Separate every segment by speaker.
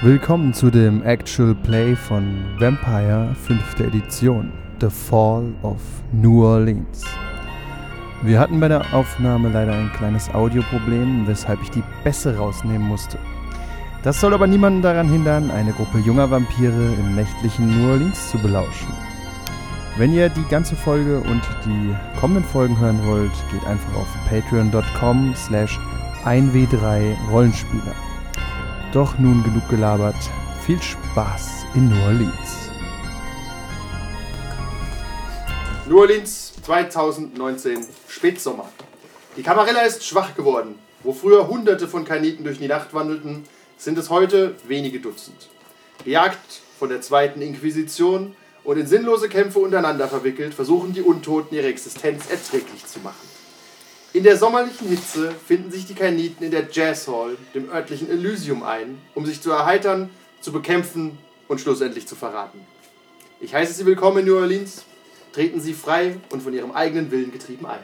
Speaker 1: Willkommen zu dem Actual Play von Vampire 5. Edition, The Fall of New Orleans. Wir hatten bei der Aufnahme leider ein kleines Audioproblem, weshalb ich die Bässe rausnehmen musste. Das soll aber niemanden daran hindern, eine Gruppe junger Vampire im nächtlichen New Orleans zu belauschen. Wenn ihr die ganze Folge und die kommenden Folgen hören wollt, geht einfach auf patreon.com slash 1w3 Rollenspieler. Doch nun genug gelabert. Viel Spaß in New Orleans.
Speaker 2: New Orleans 2019, Spätsommer. Die Camarilla ist schwach geworden. Wo früher Hunderte von Kaniten durch die Nacht wandelten, sind es heute wenige Dutzend. Gejagt von der zweiten Inquisition und in sinnlose Kämpfe untereinander verwickelt, versuchen die Untoten ihre Existenz erträglich zu machen. In der sommerlichen Hitze finden sich die Kainiten in der Jazz Hall, dem örtlichen Elysium, ein, um sich zu erheitern, zu bekämpfen und schlussendlich zu verraten. Ich heiße Sie willkommen in New Orleans. Treten Sie frei und von Ihrem eigenen Willen getrieben ein.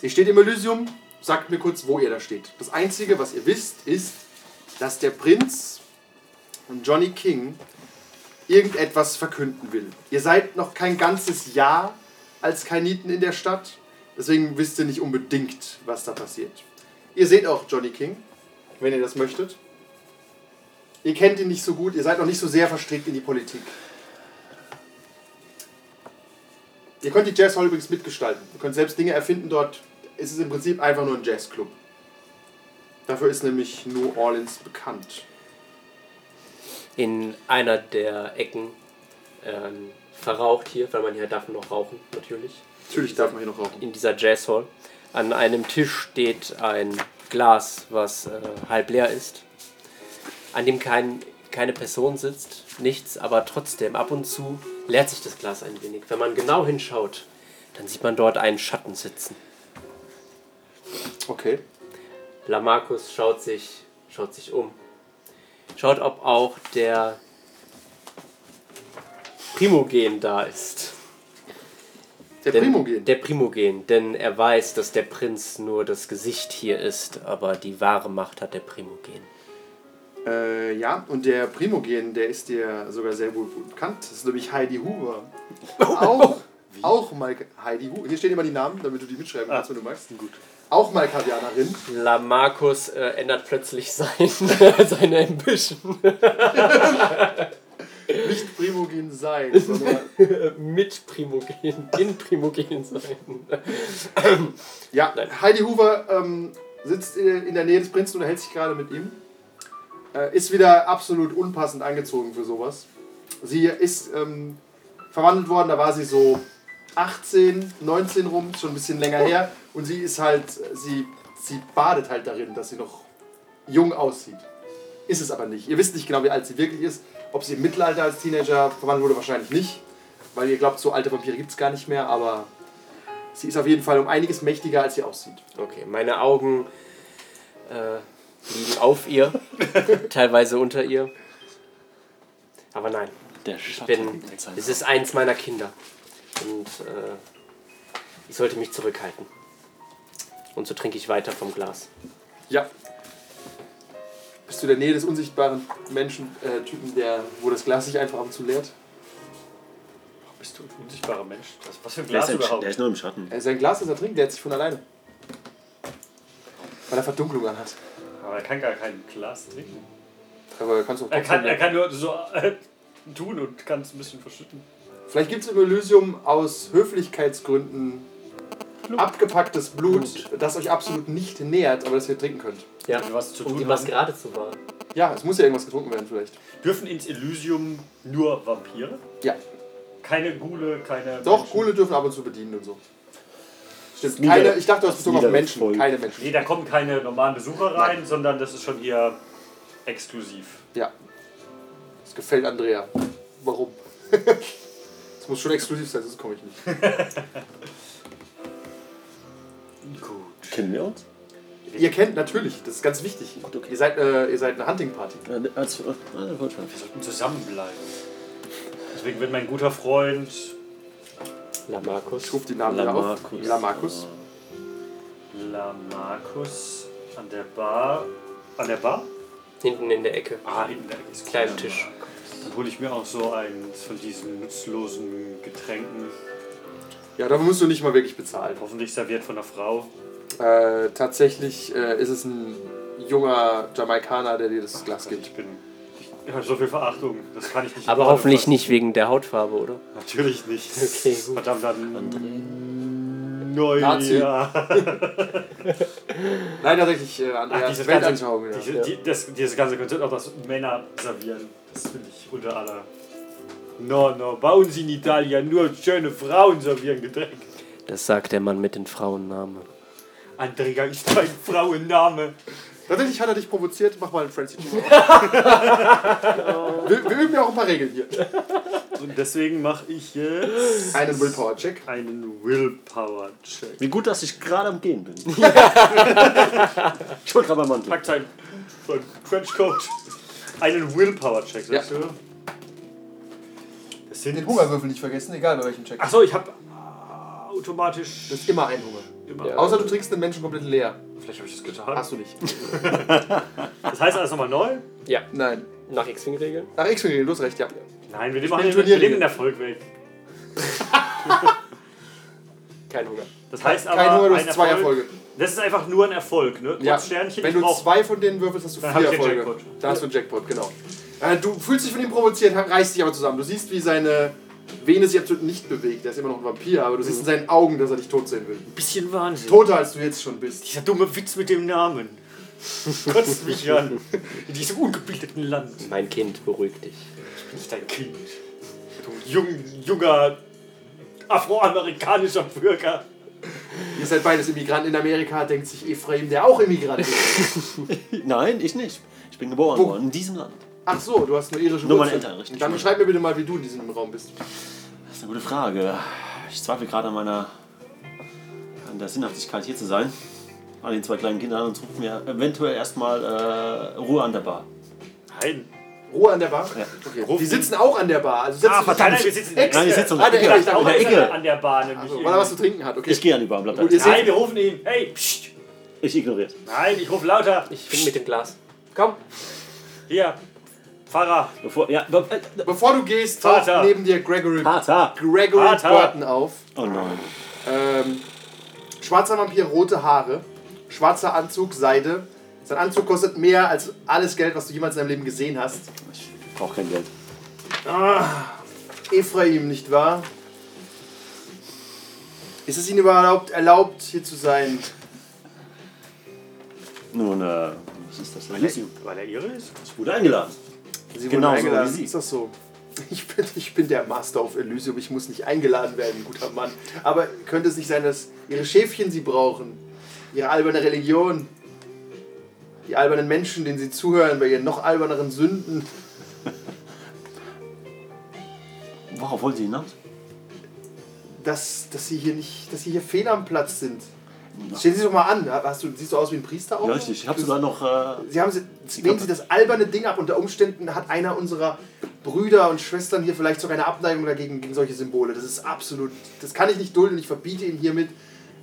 Speaker 2: Ihr steht im Elysium, sagt mir kurz, wo ihr da steht. Das Einzige, was ihr wisst, ist, dass der Prinz und Johnny King irgendetwas verkünden will. Ihr seid noch kein ganzes Jahr als Kainiten in der Stadt. Deswegen wisst ihr nicht unbedingt, was da passiert. Ihr seht auch Johnny King, wenn ihr das möchtet. Ihr kennt ihn nicht so gut, ihr seid noch nicht so sehr verstrickt in die Politik. Ihr könnt die Jazz Hall übrigens mitgestalten. Ihr könnt selbst Dinge erfinden dort. Ist es im Prinzip einfach nur ein Jazzclub. Dafür ist nämlich New Orleans bekannt.
Speaker 3: in einer der Ecken ähm, verraucht hier, weil man hier darf noch rauchen, natürlich,
Speaker 2: Natürlich darf man hier noch rauchen.
Speaker 3: in dieser Jazz Hall. An einem Tisch steht ein Glas, was äh, halb leer ist, an dem kein, keine Person sitzt, nichts, aber trotzdem ab und zu leert sich das Glas ein wenig. Wenn man genau hinschaut, dann sieht man dort einen Schatten sitzen.
Speaker 2: Okay.
Speaker 3: Lamarcus schaut sich, schaut sich um. Schaut, ob auch der Primogen da ist.
Speaker 2: Der
Speaker 3: Denn-
Speaker 2: Primogen.
Speaker 3: Der Primogen, denn er weiß, dass der Prinz nur das Gesicht hier ist, aber die wahre Macht hat der Primogen.
Speaker 2: Äh, ja, und der Primogen, der ist dir sogar sehr gut bekannt. Das ist nämlich Heidi Hoover. Auch, auch mal Heidi Hoover. Hier stehen immer die Namen, damit du die mitschreiben
Speaker 3: Ah.
Speaker 2: kannst, wenn du magst. Gut. Auch mal Kavianerin.
Speaker 3: Lamarcus äh, ändert plötzlich sein, seine Ambition
Speaker 2: Nicht Primogen sein, sondern.
Speaker 3: mit Primogen, in Primogen sein.
Speaker 2: Ja,
Speaker 3: Nein.
Speaker 2: Heidi Hoover ähm, sitzt in, in der Nähe des Prinzen und hält sich gerade mit ihm. Äh, ist wieder absolut unpassend angezogen für sowas. Sie ist ähm, verwandelt worden, da war sie so 18, 19 rum, schon ein bisschen länger her. Und sie ist halt, sie, sie badet halt darin, dass sie noch jung aussieht. Ist es aber nicht. Ihr wisst nicht genau, wie alt sie wirklich ist. Ob sie im Mittelalter als Teenager verwandelt wurde, wahrscheinlich nicht. Weil ihr glaubt, so alte Vampire gibt es gar nicht mehr, aber Sie ist auf jeden Fall um einiges mächtiger, als sie aussieht.
Speaker 3: Okay, meine Augen äh, liegen auf ihr, teilweise unter ihr. Aber nein,
Speaker 4: Der
Speaker 3: ich
Speaker 4: Schatten.
Speaker 3: bin, es ist eins meiner Kinder. Und äh, ich sollte mich zurückhalten. Und so trinke ich weiter vom Glas.
Speaker 2: Ja. Bist du in der Nähe des unsichtbaren Menschen-Typen, der, wo das Glas sich einfach ab und zu leert?
Speaker 5: Bist du ein unsichtbarer Mensch? Das, was für ein
Speaker 4: der,
Speaker 5: Glas
Speaker 4: ist im,
Speaker 5: überhaupt?
Speaker 4: der ist nur im Schatten.
Speaker 2: Äh, Sein Glas ist ertrinkt, der hat sich von alleine. Weil er Verdunklung anhat.
Speaker 5: Aber er kann gar kein Glas trinken.
Speaker 2: Aber kannst du auch
Speaker 5: Er kann,
Speaker 2: trotzdem-
Speaker 5: er kann nur so äh, tun und kann es ein bisschen verschütten.
Speaker 2: Vielleicht gibt es im Elysium aus Höflichkeitsgründen abgepacktes Blut, das euch absolut nicht nähert, aber das ihr trinken könnt.
Speaker 3: Ja,
Speaker 5: Wenn wir was zu
Speaker 3: um
Speaker 5: tun
Speaker 3: die was
Speaker 5: haben.
Speaker 3: gerade zu wahren.
Speaker 2: Ja, es muss ja irgendwas getrunken werden vielleicht.
Speaker 5: Dürfen ins Elysium nur Vampire?
Speaker 2: Ja.
Speaker 5: Keine Gule, keine.
Speaker 2: Doch,
Speaker 5: Menschen?
Speaker 2: Gule dürfen ab und zu bedienen und so. Stimmt,
Speaker 4: Nieder-
Speaker 2: keine, ich dachte, du hast bezogen auf Menschen,
Speaker 4: Niedervolk.
Speaker 2: keine Menschen.
Speaker 5: Nee, da kommen keine normalen Besucher rein, sondern das ist schon hier exklusiv.
Speaker 2: Ja. Das gefällt Andrea. Warum? Es muss schon exklusiv sein, sonst komme ich nicht.
Speaker 5: Gut.
Speaker 4: Kennen wir uns?
Speaker 2: Ihr kennt natürlich, das ist ganz wichtig.
Speaker 4: Gut, okay.
Speaker 2: Ihr, seid, äh, ihr seid eine Hunting-Party.
Speaker 4: Äh, als- äh, ah,
Speaker 5: Wir
Speaker 4: gut, gut.
Speaker 5: sollten zusammenbleiben. Deswegen wird mein guter Freund
Speaker 2: Ich
Speaker 3: Lamarcus.
Speaker 2: rufe die Namen wieder auf.
Speaker 4: Lamarcus.
Speaker 2: Lamarcus.
Speaker 5: Lamarcus an der Bar. An der Bar?
Speaker 3: Hinten in der Ecke.
Speaker 5: Ah, hinten da ist
Speaker 3: Kleiner Tisch.
Speaker 5: Dann hole ich mir auch so eins von diesen nutzlosen Getränken. Halt
Speaker 2: Ja, dafür musst du nicht mal wirklich bezahlen.
Speaker 5: Hoffentlich serviert von einer Frau.
Speaker 2: Äh, tatsächlich äh, ist es ein junger Jamaikaner, der dir das Glas gibt.
Speaker 5: Also Ich bin. Ich habe so viel Verachtung. Das kann ich nicht. in
Speaker 3: Aber
Speaker 5: Worte
Speaker 3: hoffentlich
Speaker 5: fassen.
Speaker 3: nicht wegen der Hautfarbe, oder?
Speaker 5: Natürlich nicht.
Speaker 3: Okay, gut.
Speaker 5: Verdammt, dann. Neu.
Speaker 2: Nazi.
Speaker 5: Ja.
Speaker 2: Nein, tatsächlich, äh,
Speaker 5: Ach,
Speaker 2: Andreas,
Speaker 5: dieses
Speaker 2: Weltanschauung.
Speaker 5: ganze,
Speaker 2: Ja.
Speaker 5: diese, die, das, dieses ganze Konzept, auch dass Männer servieren, das finde ich unter aller. No, no, bei uns in Italien nur schöne Frauen servieren Getränke.
Speaker 3: Das sagt der Mann mit den Frauennamen.
Speaker 5: Anträger ist mein Frauenname.
Speaker 2: Tatsächlich hat er dich provoziert, mach mal einen Frenzy Check. wir, wir üben ja auch ein paar Regeln hier.
Speaker 5: Und deswegen mache ich jetzt
Speaker 2: Einen Willpower-Check.
Speaker 5: einen Willpower-Check.
Speaker 4: Wie gut, dass ich gerade am Gehen bin. ich hol gerade meinen Mantel.
Speaker 5: Packt sein sein Trenchcoat. Einen Willpower-Check, sagst
Speaker 2: Ja.
Speaker 5: du? Das sind.
Speaker 2: Den Hungerwürfel nicht vergessen, egal bei welchem Check.
Speaker 5: Achso, ich habe automatisch.
Speaker 2: Das ist immer ein Hunger.
Speaker 5: immer.
Speaker 2: Außer du trinkst den Menschen komplett leer.
Speaker 5: Vielleicht habe ich das getan.
Speaker 2: Hast du nicht.
Speaker 5: Das heißt alles nochmal neu?
Speaker 3: Ja,
Speaker 2: Nein.
Speaker 3: nach X-Wing-Regeln.
Speaker 2: Ach, X-Wing, du hast recht, ja.
Speaker 5: Nein, wir machen
Speaker 2: bin
Speaker 5: den, wir
Speaker 2: Turnierleader.
Speaker 5: nehmen den Erfolg weg.
Speaker 3: Kein Hunger.
Speaker 5: Das heißt aber.
Speaker 2: Kein Hunger, du
Speaker 5: ein
Speaker 2: hast zwei
Speaker 5: Erfolg-
Speaker 2: Erfolge.
Speaker 5: Das ist einfach nur ein Erfolg, ne? Trotz
Speaker 2: ja.
Speaker 5: Sternchen.
Speaker 2: Wenn
Speaker 5: ich
Speaker 2: du
Speaker 5: brauch-
Speaker 2: zwei von denen würfelst, hast du
Speaker 5: Dann
Speaker 2: vier
Speaker 5: hab ich den
Speaker 2: Erfolge.
Speaker 5: Jackpot.
Speaker 2: Da hast du einen Jackpot, genau. Äh, Du fühlst dich von ihm provoziert, reißt dich aber zusammen. Du siehst, wie seine Vene sich absolut nicht bewegt. Er ist immer noch ein Vampir, aber du siehst in seinen Augen, dass er dich tot sehen will.
Speaker 5: bisschen Wahnsinn.
Speaker 2: Toter, als du jetzt schon bist.
Speaker 5: Dieser dumme Witz mit dem Namen. Kotzt mich an. In diesem ungebildeten Land.
Speaker 3: Mein Kind, beruhig dich.
Speaker 5: Ich bin nicht dein Kind. Du jung, junger afroamerikanischer Bürger.
Speaker 2: Ihr seid beides Immigranten in Amerika, denkt sich Ephraim, der auch Immigrant ist.
Speaker 4: Nein, ich nicht. Ich bin geboren
Speaker 2: Wo?
Speaker 4: worden in diesem Land.
Speaker 2: Ach so, du hast nur irische
Speaker 4: Nur meine
Speaker 2: Wurzeln.
Speaker 4: Eltern, richtig.
Speaker 2: Dann beschreib mir bitte mal, wie du in diesem Raum bist.
Speaker 4: Das ist eine gute Frage. Ich zweifle gerade an meiner. an der Sinnhaftigkeit hier zu sein. An den zwei kleinen Kindern und ruft mir eventuell erstmal äh, Ruhe an der Bar.
Speaker 5: Nein.
Speaker 2: Ruhe an der Bar? Okay.
Speaker 5: Ruf
Speaker 2: Die
Speaker 5: ihn.
Speaker 2: sitzen auch an der Bar. Also setzen
Speaker 5: Ah,
Speaker 2: sich-
Speaker 5: verdammt, nein, wir sitzen-
Speaker 2: Ex-
Speaker 4: Nein, die sitzen
Speaker 2: Ah, der
Speaker 4: in der
Speaker 2: Ex-
Speaker 4: Ecke.
Speaker 5: Auch
Speaker 2: der
Speaker 4: der
Speaker 5: ist
Speaker 2: Ex-
Speaker 4: Ecke.
Speaker 5: er an der Bahn nämlich.
Speaker 2: Achso, weil er was zu
Speaker 5: irgendwie.
Speaker 2: trinken hat. Okay.
Speaker 4: Ich gehe an die Bar, bleib da.
Speaker 2: Gut, ihr
Speaker 5: Nein,
Speaker 2: seht,
Speaker 5: wir rufen ihn. Hey, psst.
Speaker 4: Ich ignoriere.
Speaker 5: Nein, ich rufe lauter.
Speaker 3: Ich bin mit dem Glas.
Speaker 2: komm,
Speaker 5: Hier, Pfarrer.
Speaker 4: Bevor. Ja. be- äh, äh,
Speaker 2: bevor du gehst, taucht
Speaker 5: Vater.
Speaker 2: neben dir Gregory,
Speaker 4: Vater.
Speaker 2: Gregory
Speaker 5: Vater.
Speaker 2: Burton auf.
Speaker 4: Oh nein.
Speaker 2: Ähm, schwarzer Vampir, rote Haare, schwarzer Anzug, Seide. Sein Anzug kostet mehr als alles Geld, was du jemals in deinem Leben gesehen hast.
Speaker 4: Ich brauche kein Geld.
Speaker 2: Ephraim, nicht wahr? Ist es Ihnen überhaupt erlaubt, hier zu sein?
Speaker 4: Nun, äh, was ist das? Elysium.
Speaker 5: Weil er ihre ist?
Speaker 4: Ich wurde eingeladen.
Speaker 2: Sie
Speaker 4: Genau so wie
Speaker 2: eingeladen.
Speaker 4: Sie.
Speaker 2: Ist das so? Ich bin, ich bin der Master auf Elysium, ich muss nicht eingeladen werden, guter Mann. Aber könnte es nicht sein, dass Ihre Schäfchen Sie brauchen? Ihre alberne Religion? Die albernen Menschen, denen Sie zuhören bei Ihren noch alberneren Sünden?
Speaker 4: Worauf wollen Sie hinaus?
Speaker 2: Dass, dass Sie hier nicht, dass Sie hier fehl am Platz sind? Stellen Sie sich doch mal an, hast du, siehst du aus wie ein Priester auch?
Speaker 4: Ja, richtig. Ich habe sogar noch. Äh,
Speaker 2: Sie haben sie,
Speaker 4: Ich
Speaker 2: nehmen
Speaker 4: glaub-
Speaker 2: Sie das alberne Ding ab. Unter Umständen hat einer unserer Brüder und Schwestern hier vielleicht sogar eine Abneigung dagegen, gegen solche Symbole. Das ist absolut, das kann ich nicht dulden. Ich verbiete Ihnen hiermit,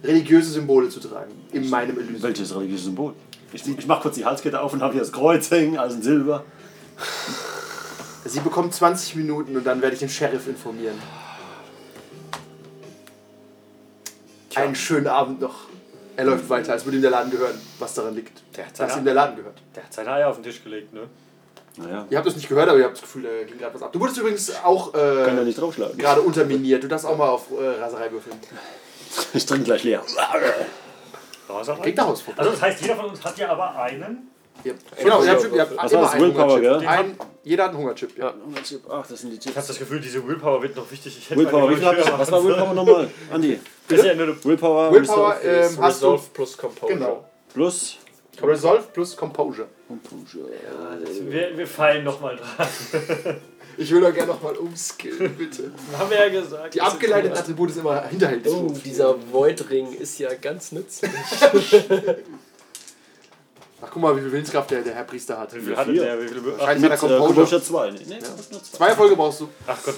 Speaker 2: religiöse Symbole zu tragen. In meinem Elysium.
Speaker 4: welches religiöses Symbol? Ich, ich mache kurz die Halskette auf und habe hier das Kreuz hängen, also in Silber.
Speaker 2: Sie bekommen 20 Minuten und dann werde ich den Sheriff informieren. Einen schönen Abend noch. Er läuft weiter, als würde ihm der Laden gehören, was daran liegt.
Speaker 5: Der hat
Speaker 2: Dass
Speaker 5: seine-
Speaker 2: ihm der Laden gehört.
Speaker 5: Der hat seine Eier auf den Tisch gelegt, ne?
Speaker 4: Naja.
Speaker 2: Ihr habt es nicht gehört, aber ihr habt das Gefühl, da ging gerade was ab. Du wurdest übrigens auch
Speaker 4: Kann ja
Speaker 2: äh,
Speaker 4: nicht draufschlagen.
Speaker 2: gerade unterminiert. Du darfst auch mal auf äh, Raserei würfeln.
Speaker 4: Ich trinke gleich leer.
Speaker 5: Raserei.
Speaker 2: Kriegt er Hausverbot.
Speaker 5: Also das heißt, jeder von uns hat ja aber einen.
Speaker 2: Ihr habt- Genau, ihr habt, ihr habt
Speaker 4: Was war
Speaker 2: immer
Speaker 4: das?
Speaker 2: einen
Speaker 4: Willpower,
Speaker 2: Hungerchip.
Speaker 4: gell?
Speaker 2: Ein, jeder hat einen Hungerchip, ja.
Speaker 4: Ach, das sind die
Speaker 5: Ich habe
Speaker 4: Chips.
Speaker 5: das Gefühl, diese Willpower wird noch wichtig. Ich hätte
Speaker 4: Willpower,
Speaker 5: meine
Speaker 4: wie viel hab ich?
Speaker 5: Hörer
Speaker 4: Was war Willpower nochmal? Andi.
Speaker 5: Das ist ja nur eine
Speaker 4: Willpower,
Speaker 2: Willpower
Speaker 4: Resolve
Speaker 2: ähm, hast du.
Speaker 3: Resolve plus Composure.
Speaker 2: Genau.
Speaker 4: plus.
Speaker 2: Resolve plus Composure.
Speaker 5: Wir, wir fallen nochmal dran.
Speaker 2: Ich will doch gerne nochmal umskillen, bitte.
Speaker 5: Haben wir ja gesagt.
Speaker 2: Die
Speaker 5: Das ist
Speaker 2: abgeleiteten Attribute sind immer hinterhältig.
Speaker 3: Oh, dieser Void-Ring ist ja ganz nützlich.
Speaker 2: Ach, guck mal, wie viel Willenskraft der, der Herr Priester hat.
Speaker 5: Wie viel hatte
Speaker 4: Vier.
Speaker 5: der? Wie viel? Ach,
Speaker 2: Wahrscheinlich
Speaker 4: Mit
Speaker 2: hat er
Speaker 4: äh,
Speaker 2: Composure.
Speaker 4: Composure 2. Nee, nee, nur 2.
Speaker 2: Zwei Erfolge brauchst du.
Speaker 5: ach Gott,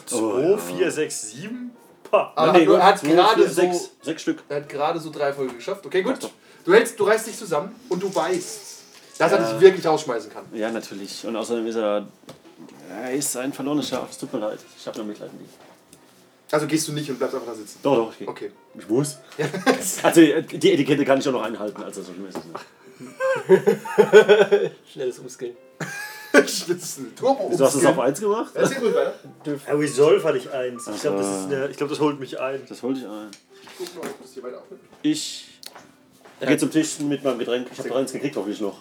Speaker 5: 2,
Speaker 4: Oh,
Speaker 5: 4, 6, 7? Pah.
Speaker 2: Aber er hat gerade so.
Speaker 4: 6, Ah, sechs Stück.
Speaker 2: Er hat gerade so drei Folgen geschafft. Okay, gut. Du hältst, du reißt dich zusammen und du weißt, Dass er
Speaker 4: Ja.
Speaker 2: dich wirklich rausschmeißen kann.
Speaker 4: Ja, natürlich. Und außerdem ist er. Er ist ein verlorenes Schaf. Es tut mir leid. Ich habe nur Mitleid mit ihm.
Speaker 2: Also gehst du nicht und bleibst einfach da sitzen.
Speaker 4: Doch, doch, ich gehe.
Speaker 2: Okay.
Speaker 4: Ich muss. Also, die Etikette kann ich auch noch einhalten. Also, so schlimm ist es nicht.
Speaker 3: Schnelles Umskillen.
Speaker 2: das ist ein Turbo.
Speaker 4: Wieso hast du es auf eins gemacht?
Speaker 2: Erzähl ruhig weiter.
Speaker 5: Ja, Äh, Resolve hatte ich eins. Ich glaube, das,
Speaker 4: Ah.
Speaker 5: ist eine- ich glaub, das holt mich ein.
Speaker 4: Das holte ich ein.
Speaker 2: Ich guck mal, ob das hier weiter aufnimmt.
Speaker 4: Ich.
Speaker 3: Ja.
Speaker 4: gehe zum Tisch mit meinem Getränk. Ich habe doch eins gekriegt, hoffe ich noch.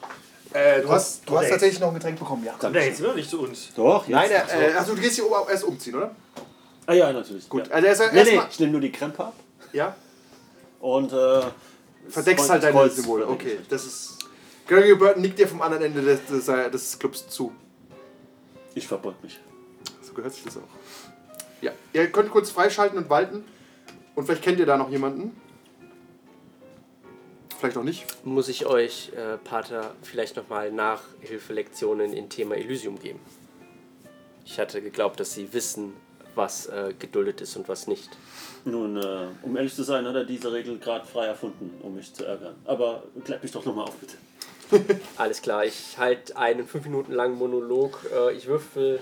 Speaker 2: Äh, du hast, du hast
Speaker 5: Nee.
Speaker 2: tatsächlich noch ein Getränk bekommen, ja.
Speaker 5: Kommt der jetzt immer nicht zu uns?
Speaker 4: Doch, jetzt.
Speaker 2: Nein,
Speaker 4: Ach so.
Speaker 2: äh, also du gehst hier oben erst umziehen, oder?
Speaker 4: Ah, ja, natürlich.
Speaker 2: Gut.
Speaker 4: Ja.
Speaker 2: Also er ist
Speaker 4: Nee, nee,
Speaker 2: erstmal.
Speaker 4: ich nehme nur die Krempe ab
Speaker 2: Ja.
Speaker 4: und. Äh,
Speaker 2: Verdeckst
Speaker 4: das
Speaker 2: halt deine
Speaker 4: Kreuz
Speaker 2: Symbole.
Speaker 4: verdecke ich.
Speaker 2: Okay, das ist. Gregory Burton nickt dir vom anderen Ende des, des, äh, des Clubs zu.
Speaker 4: Ich verbeug mich.
Speaker 2: So gehört sich das auch. Ja, ihr könnt kurz freischalten und walten. Und vielleicht kennt ihr da noch jemanden. Vielleicht auch nicht.
Speaker 3: Muss ich euch, äh, Pater, vielleicht nochmal Nachhilfelektionen in Thema Elysium geben? Ich hatte geglaubt, dass sie wissen, was äh, geduldet ist und was nicht.
Speaker 4: Nun, äh, um ehrlich zu sein, hat er diese Regel gerade frei erfunden, um mich zu ärgern. Aber kleid mich doch nochmal auf, bitte.
Speaker 3: Alles klar, ich halte einen fünf Minuten langen Monolog. Äh, ich würfel.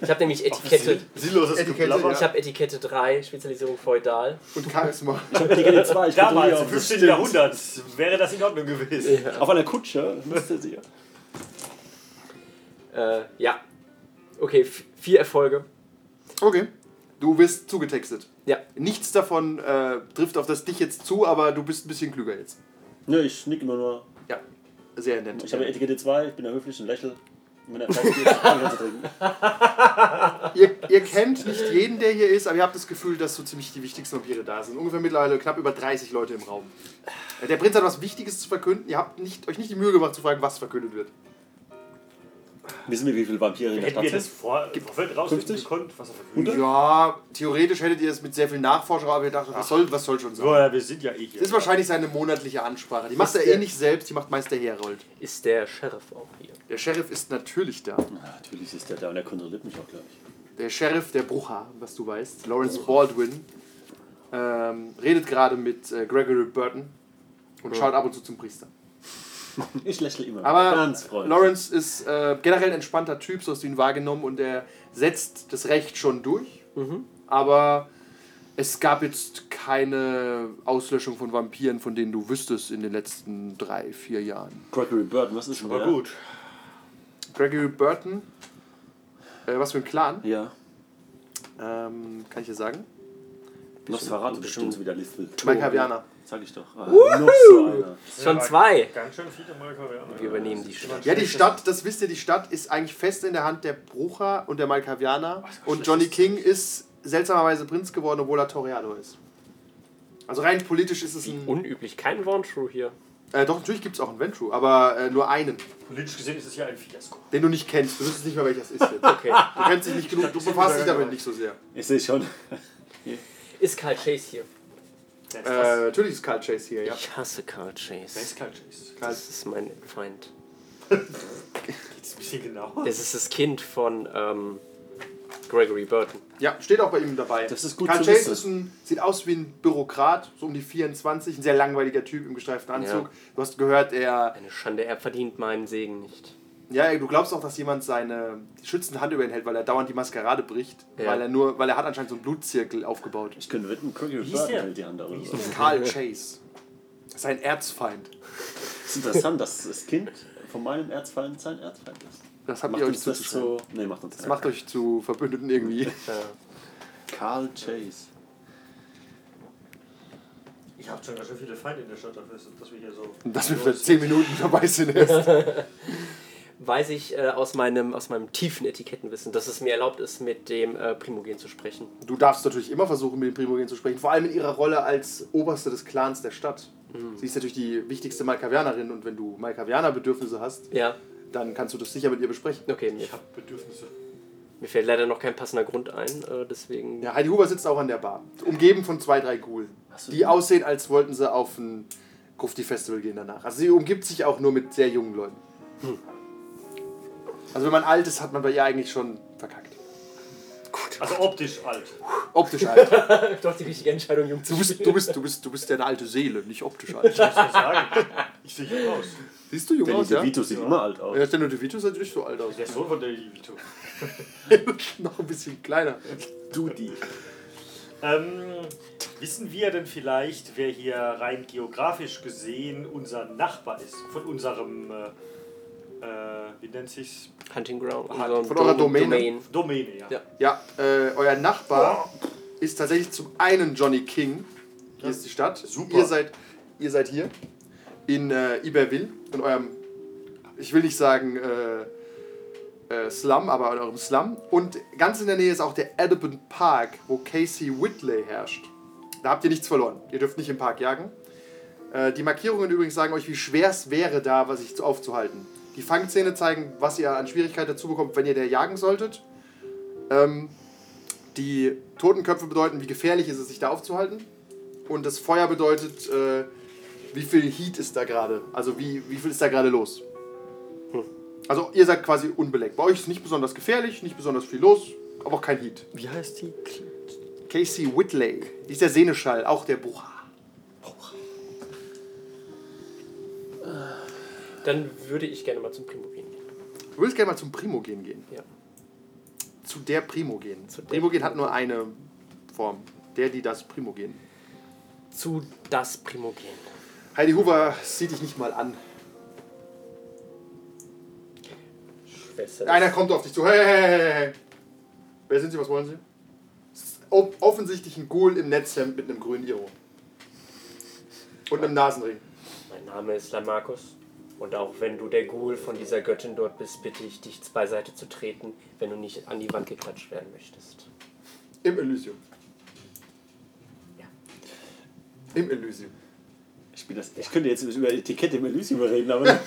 Speaker 3: Ich habe nämlich Etikette.
Speaker 5: Sinnloses
Speaker 2: Etikette,
Speaker 5: Geblabber.
Speaker 2: ja.
Speaker 3: Ich habe Etikette 3, Spezialisierung Feudal.
Speaker 2: Und Charisma.
Speaker 4: Ich habe die Regel 2, ich
Speaker 5: Damals,
Speaker 4: kontrolliere,
Speaker 5: im
Speaker 4: ob das
Speaker 5: 15.
Speaker 4: stimmt.
Speaker 5: Jahrhundert, wäre das in Ordnung gewesen.
Speaker 4: Auf einer Kutsche müsste sie.
Speaker 3: Äh, ja. Okay, f- vier Erfolge.
Speaker 2: Okay. Du wirst zugetextet.
Speaker 3: Ja.
Speaker 2: Nichts davon äh, trifft auf das dich jetzt zu, aber du bist ein bisschen klüger jetzt.
Speaker 4: Nö, ich nick immer nur.
Speaker 2: Ja. Sehr nett.
Speaker 4: Ich habe Etikette 2, ich bin da höflich und lächel. Und wenn er Zeit geht, kann ich was zu trinken.
Speaker 2: Ihr, ihr kennt nicht jeden, der hier ist, aber ihr habt das Gefühl, dass so ziemlich die wichtigsten Vampire da sind. Ungefähr mittlerweile knapp über 30 Leute im Raum. Äh, Der Prinz hat was Wichtiges zu verkünden. Ihr habt nicht, euch nicht die Mühe gemacht zu fragen, was verkündet wird.
Speaker 4: Wissen wir, wie viele Vampire in der
Speaker 5: Hätten
Speaker 4: Stadt
Speaker 5: wir das
Speaker 4: sind?
Speaker 5: vor Vorfeld rausfinden
Speaker 4: 50?
Speaker 5: gekonnt, was er verkündet?
Speaker 2: Ja, theoretisch hättet ihr es mit sehr viel Nachforschung, aber ihr dachtet, was soll, was soll schon sein.
Speaker 5: So, ja, wir sind ja eh hier.
Speaker 2: Das ist wahrscheinlich seine monatliche Ansprache. Die macht
Speaker 3: Ist
Speaker 2: er eh
Speaker 3: der-
Speaker 2: nicht selbst, die macht meist der Herold.
Speaker 3: Ist der Sheriff auch hier?
Speaker 2: Der Sheriff ist natürlich da.
Speaker 4: Ah, Natürlich ist der da und der kontrolliert mich auch, glaube ich.
Speaker 2: Der Sheriff der Brucher, was du weißt, Lawrence Baldwin, ähm, redet gerade mit äh, Gregory Burton und schaut ab und zu zum Priester.
Speaker 4: Ich lächle immer.
Speaker 2: Aber
Speaker 4: ganz freundlich.
Speaker 2: Lawrence ist äh, generell ein entspannter Typ, so hast du ihn wahrgenommen und er setzt das Recht schon durch. Aber es gab jetzt keine Auslöschung von Vampiren, von denen du wüsstest in den letzten drei, vier Jahren.
Speaker 4: Gregory Burton, was ist schon
Speaker 5: aber
Speaker 4: wieder?
Speaker 5: gut.
Speaker 2: Gregory Burton, äh, was für ein Clan,
Speaker 4: Ja.
Speaker 2: ähm, kann ich dir sagen?
Speaker 4: Nosferatu bestimmt wieder Lispel.
Speaker 2: Malkavianer.
Speaker 4: Oh, Sag ich doch. Ah, noch so einer.
Speaker 3: Schon zwei.
Speaker 5: Ganz schön viele Molkavianer.
Speaker 3: Wir übernehmen die Stadt.
Speaker 2: Ja, die Stadt, das wisst ihr, die Stadt ist eigentlich fest in der Hand der Brucher und der
Speaker 4: Oh,
Speaker 2: Malkavianer. Und Johnny King ist seltsamerweise Prinz geworden, obwohl er Toreador ist. Also rein politisch ist es ein.
Speaker 3: Unüblich, kein Warntrue hier.
Speaker 2: Äh, doch, natürlich gibt es auch einen Ventru, aber äh, nur einen,
Speaker 5: Politisch gesehen ist es ja ein Fiasko.
Speaker 2: den du nicht kennst. Du wüsstest nicht mehr, welcher es ist jetzt. Du
Speaker 3: Okay.
Speaker 2: kennst dich nicht genug, du befasst dich damit nicht so sehr.
Speaker 4: Ich sehe schon.
Speaker 3: Ist Karl Chase hier?
Speaker 5: Wer ist
Speaker 2: Äh,
Speaker 5: das?
Speaker 2: natürlich ist Karl Chase hier, ja.
Speaker 3: Ich hasse Karl Chase.
Speaker 5: Wer ist Karl Chase?
Speaker 2: Karl,
Speaker 3: Das ist mein Feind.
Speaker 5: Geht's ein bisschen genauer?
Speaker 3: Das ist das Kind von ähm, Gregory Burton.
Speaker 2: ja, steht auch bei ihm dabei.
Speaker 4: Das ist gut
Speaker 2: Karl
Speaker 4: zu
Speaker 2: Chase
Speaker 4: wissen.
Speaker 2: ist ein, sieht aus wie ein Bürokrat, so um die 24, ein sehr langweiliger Typ im gestreiften Anzug.
Speaker 3: Ja.
Speaker 2: Du hast gehört, er
Speaker 3: Eine Schande, er verdient meinen Segen nicht.
Speaker 2: Ja, du glaubst auch, dass jemand seine schützende Hand über ihn hält, weil er dauernd die Maskerade bricht,
Speaker 3: Ja.
Speaker 2: weil er nur, weil er hat anscheinend so einen Blutzirkel aufgebaut.
Speaker 4: Ich könnte wetten, Gregory
Speaker 5: hieß
Speaker 4: Burton
Speaker 5: der?
Speaker 4: hält halt die Hand darüber.
Speaker 5: Wie hieß
Speaker 4: Es
Speaker 2: Karl Chase. Sein Erzfeind.
Speaker 4: ist interessant, dass das Kind von meinem Erzfeind sein Erzfeind ist.
Speaker 2: Das habt
Speaker 4: Macht
Speaker 2: ihr euch
Speaker 4: uns das
Speaker 2: zuzuschreiben.
Speaker 4: zu. Nee, macht uns
Speaker 2: Das macht euch zu Verbündeten irgendwie.
Speaker 4: Karl Chase.
Speaker 5: Ich habe schon ganz schön viele Feinde in der Stadt dafür, dass wir hier so.
Speaker 2: Dass wir vielleicht 10 Minuten dabei sind. erst.
Speaker 3: Weiß ich äh, aus, meinem, aus meinem tiefen Etikettenwissen, dass es mir erlaubt ist, mit dem äh, Primogen zu sprechen.
Speaker 2: Du darfst natürlich immer versuchen, mit den Primogen zu sprechen, vor allem in ihrer Rolle als Oberste des Clans der Stadt.
Speaker 4: Mhm.
Speaker 2: Sie ist natürlich die wichtigste Malkavianerin und wenn du Malkavianer-Bedürfnisse hast,
Speaker 3: Ja,
Speaker 2: dann kannst du das sicher mit ihr besprechen.
Speaker 3: okay, mir,
Speaker 5: Ich habe Bedürfnisse.
Speaker 3: mir fällt leider noch kein passender Grund ein, äh, deswegen.
Speaker 2: Ja, Heidi Huber sitzt auch an der Bar, umgeben von zwei, drei Ghoulen,
Speaker 4: Hast du
Speaker 2: die
Speaker 4: die?
Speaker 2: aussehen, als wollten sie auf ein Grufti-Festival gehen danach. Also sie umgibt sich auch nur mit sehr jungen Leuten. Hm. Also wenn man alt ist, hat man bei ihr eigentlich schon verkackt.
Speaker 5: Also optisch alt.
Speaker 2: Optisch alt.
Speaker 3: Ich dachte, die richtige Entscheidung, um Jungs.
Speaker 2: Du bist, du bist, du bist, du bist ja eine alte Seele, nicht optisch alt.
Speaker 5: Was soll ich sagen? Ich sehe jung aus.
Speaker 2: Siehst du jung
Speaker 4: Der
Speaker 2: aus, ja?
Speaker 4: Vito sieht immer alt aus.
Speaker 2: Ja, Danny DeVito sieht nicht so alt aus.
Speaker 5: Der Sohn von der Livito.
Speaker 2: Noch ein bisschen kleiner.
Speaker 4: Duty.
Speaker 5: Ähm, wissen wir denn vielleicht, wer hier rein geografisch gesehen unser Nachbar ist? Von unserem, äh, äh, wie nennt sich's?
Speaker 3: Hunting Ground.
Speaker 2: Hat-
Speaker 3: unserem
Speaker 2: von eurer Domäne.
Speaker 3: ne?
Speaker 5: Domäne, ja.
Speaker 3: Ja.
Speaker 2: Ja, äh, euer Nachbar ist tatsächlich zum einen Johnny King. Hier ist die Stadt.
Speaker 5: Super.
Speaker 2: Ihr seid, ihr seid hier in äh, Iberville, in eurem, ich will nicht sagen äh, äh, Slum, aber in eurem Slum. Und ganz in der Nähe ist auch der Audubon Park, wo Casey Whitley herrscht. Da habt ihr nichts verloren. Ihr dürft nicht im Park jagen. Äh, die Markierungen übrigens sagen euch, wie schwer es wäre, da was sich aufzuhalten. Die Fangzähne zeigen, was ihr an Schwierigkeit dazu bekommt, wenn ihr der jagen solltet. Ähm, die Totenköpfe bedeuten, wie gefährlich ist es, sich da aufzuhalten. Und das Feuer bedeutet, äh, wie viel Heat ist da gerade. Also wie, wie viel ist da gerade los. Also ihr seid quasi unbeleckt. Bei euch ist nicht besonders gefährlich, nicht besonders viel los, aber auch kein Heat.
Speaker 3: Wie heißt die?
Speaker 2: Casey Whitley. Die ist der Seneschall, auch der Bucher.
Speaker 3: Dann würde ich gerne mal zum Primo gehen.
Speaker 2: Du würdest gerne mal zum Primogen gehen.
Speaker 3: Ja.
Speaker 2: Zu der Primogen.
Speaker 3: Zu der
Speaker 2: Primogen hat nur eine Form. Der, die das Primogen.
Speaker 3: Zu das Primo gehen.
Speaker 2: Heidi Hoover sieht dich nicht mal an.
Speaker 3: Schwester.
Speaker 2: Einer kommt auf dich zu. Hey, hey, hey, hey, hey. Wer sind Sie? Was wollen Sie? Es ist o- Offensichtlich ein Ghoul im Netzhemd mit einem grünen Iro. Und einem Nasenring.
Speaker 3: Mein Name ist Lamarcus. Und auch wenn du der Ghoul von dieser Göttin dort bist, bitte ich dich beiseite zu treten, wenn du nicht an die Wand geklatscht werden möchtest.
Speaker 2: Im Elysium.
Speaker 3: Ja.
Speaker 2: Im Elysium.
Speaker 4: Ich, spiel das, ich könnte jetzt über Etikette im Elysium reden, aber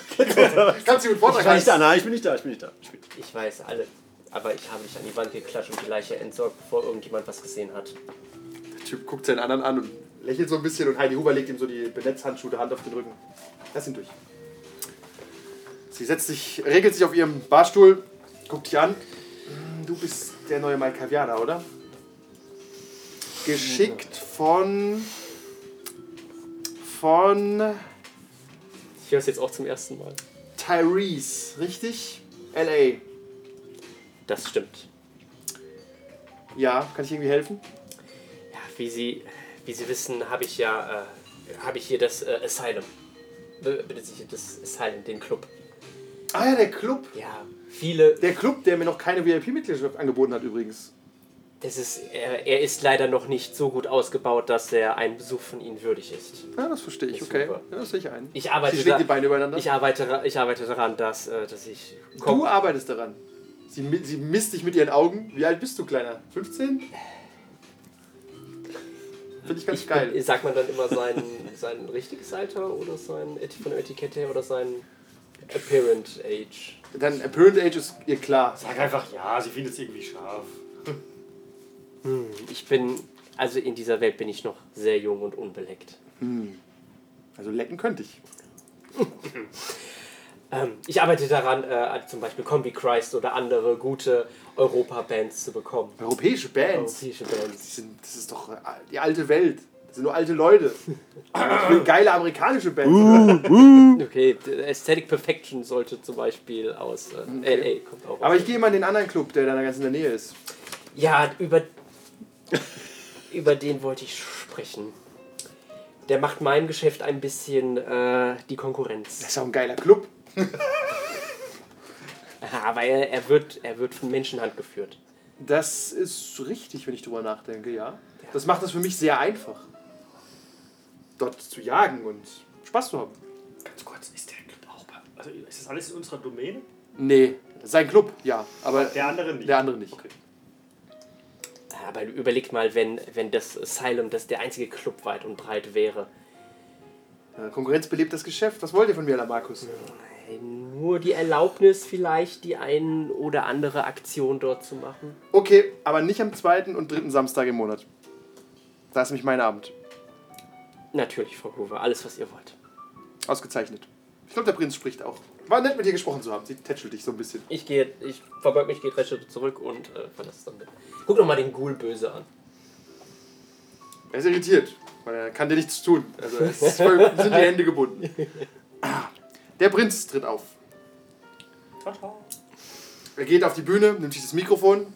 Speaker 2: Kannst du mit Vortrag
Speaker 4: ich bin nicht da. Nein, ich bin nicht da. Ich bin nicht da. Ich bin,
Speaker 3: Ich weiß alle, aber ich habe mich an die Wand geklatscht und die Leiche entsorgt, bevor irgendjemand was gesehen hat.
Speaker 2: Der Typ guckt seinen anderen an und lächelt so ein bisschen und Heidi Huber legt ihm so die Benetzhandschuhe der Hand auf den Rücken. Lass ihn durch. Sie setzt sich, regelt sich auf ihrem Barstuhl, guckt dich an. Hm, Du bist der neue Mike Kavianer, oder? Geschickt von. von
Speaker 3: Ich höre es jetzt auch zum ersten Mal.
Speaker 2: Tyrese, richtig? L.A.
Speaker 3: Das stimmt.
Speaker 2: Ja, kann ich irgendwie helfen?
Speaker 3: Ja, wie Sie, wie Sie wissen, habe ich ja äh, habe ich hier das äh, Asylum. Be- Besitze ich hier das Asylum, den Club.
Speaker 2: Ah ja, der Club.
Speaker 3: Ja, viele.
Speaker 2: Der Club, der mir noch keine VIP-Mitgliedschaft angeboten hat, übrigens.
Speaker 3: Das ist, er, er ist leider noch nicht so gut ausgebaut, dass er einen Besuch von Ihnen würdig ist.
Speaker 2: Ja, das verstehe ich,
Speaker 3: Ist
Speaker 2: okay.
Speaker 3: super.
Speaker 2: Ja, das sehe ich ein.
Speaker 3: Ich arbeite
Speaker 2: Sie schlägt
Speaker 3: da-
Speaker 2: die Beine übereinander.
Speaker 3: Ich arbeite, ich arbeite daran, dass, äh, dass ich.
Speaker 2: du arbeitest daran. Sie, mi- sie misst dich mit ihren Augen. Wie alt bist du, Kleiner? 15? Finde ich ganz
Speaker 3: ich
Speaker 2: geil.
Speaker 3: bin, äh, sagt man dann immer sein, sein richtiges Alter oder sein Eti- von der Etikette her oder sein Apparent Age?
Speaker 2: Dann Apparent Age ist ihr klar.
Speaker 5: Sag einfach ja, sie findet es irgendwie scharf.
Speaker 3: Ich bin, also in dieser Welt bin ich noch sehr jung und unbeleckt.
Speaker 2: Also lecken könnte ich.
Speaker 3: Ähm, ich arbeite daran, äh, zum Beispiel Combi Christ oder andere gute Europa-Bands zu bekommen.
Speaker 2: Europäische Bands.
Speaker 3: Europäische
Speaker 2: Die
Speaker 3: Bands.
Speaker 2: sind, das ist doch äh, die alte Welt. Das sind nur alte Leute. Ich will geile amerikanische Bands.
Speaker 3: Uh.
Speaker 2: hören.
Speaker 3: Okay, d- Aesthetic Perfection sollte zum Beispiel aus äh,
Speaker 2: Okay.
Speaker 3: LA kommt auch.
Speaker 2: Aber ich gehe mal in den anderen Club, der da ganz in der Nähe ist.
Speaker 3: Ja, über, über den wollte ich sprechen. Der macht meinem Geschäft ein bisschen äh, die Konkurrenz.
Speaker 2: Das ist auch ein geiler Club.
Speaker 3: Aber er, er, wird, er wird von Menschenhand geführt.
Speaker 2: Das ist richtig, wenn ich drüber nachdenke, ja. Das macht es für mich sehr einfach, dort zu jagen und Spaß zu haben.
Speaker 5: Ganz kurz, ist der Club auch bei. Also ist das alles in unserer Domäne?
Speaker 2: Nee, sein Club, ja, aber der,
Speaker 5: Der andere nicht.
Speaker 2: andere nicht.
Speaker 5: Okay.
Speaker 3: Aber überlegt mal, wenn, wenn das Asylum das der einzige Club weit und breit wäre.
Speaker 2: Äh, Konkurrenz belebt das Geschäft. Was wollt ihr von mir, Lamarcus?
Speaker 3: Nur die Erlaubnis vielleicht, die ein oder andere Aktion dort zu machen.
Speaker 2: Okay, aber nicht am zweiten und dritten Samstag im Monat. Da ist nämlich mein Abend.
Speaker 3: Natürlich, Frau Hoover, alles, was ihr wollt.
Speaker 2: Ausgezeichnet. Ich glaube, der Prinz spricht auch. War nett, mit dir gesprochen zu haben. Sie tätschelt dich so ein bisschen.
Speaker 3: Ich gehe, ich verbeug mich, gehe drei Schritte zurück und äh, verlasse es dann mit. Guck doch mal den Ghoul böse an.
Speaker 2: Er ist irritiert, weil er kann dir nichts tun. Also es ist voll, sind die Hände gebunden. Der Prinz tritt auf.
Speaker 5: Tata.
Speaker 2: Er geht auf die Bühne, nimmt sich das Mikrofon.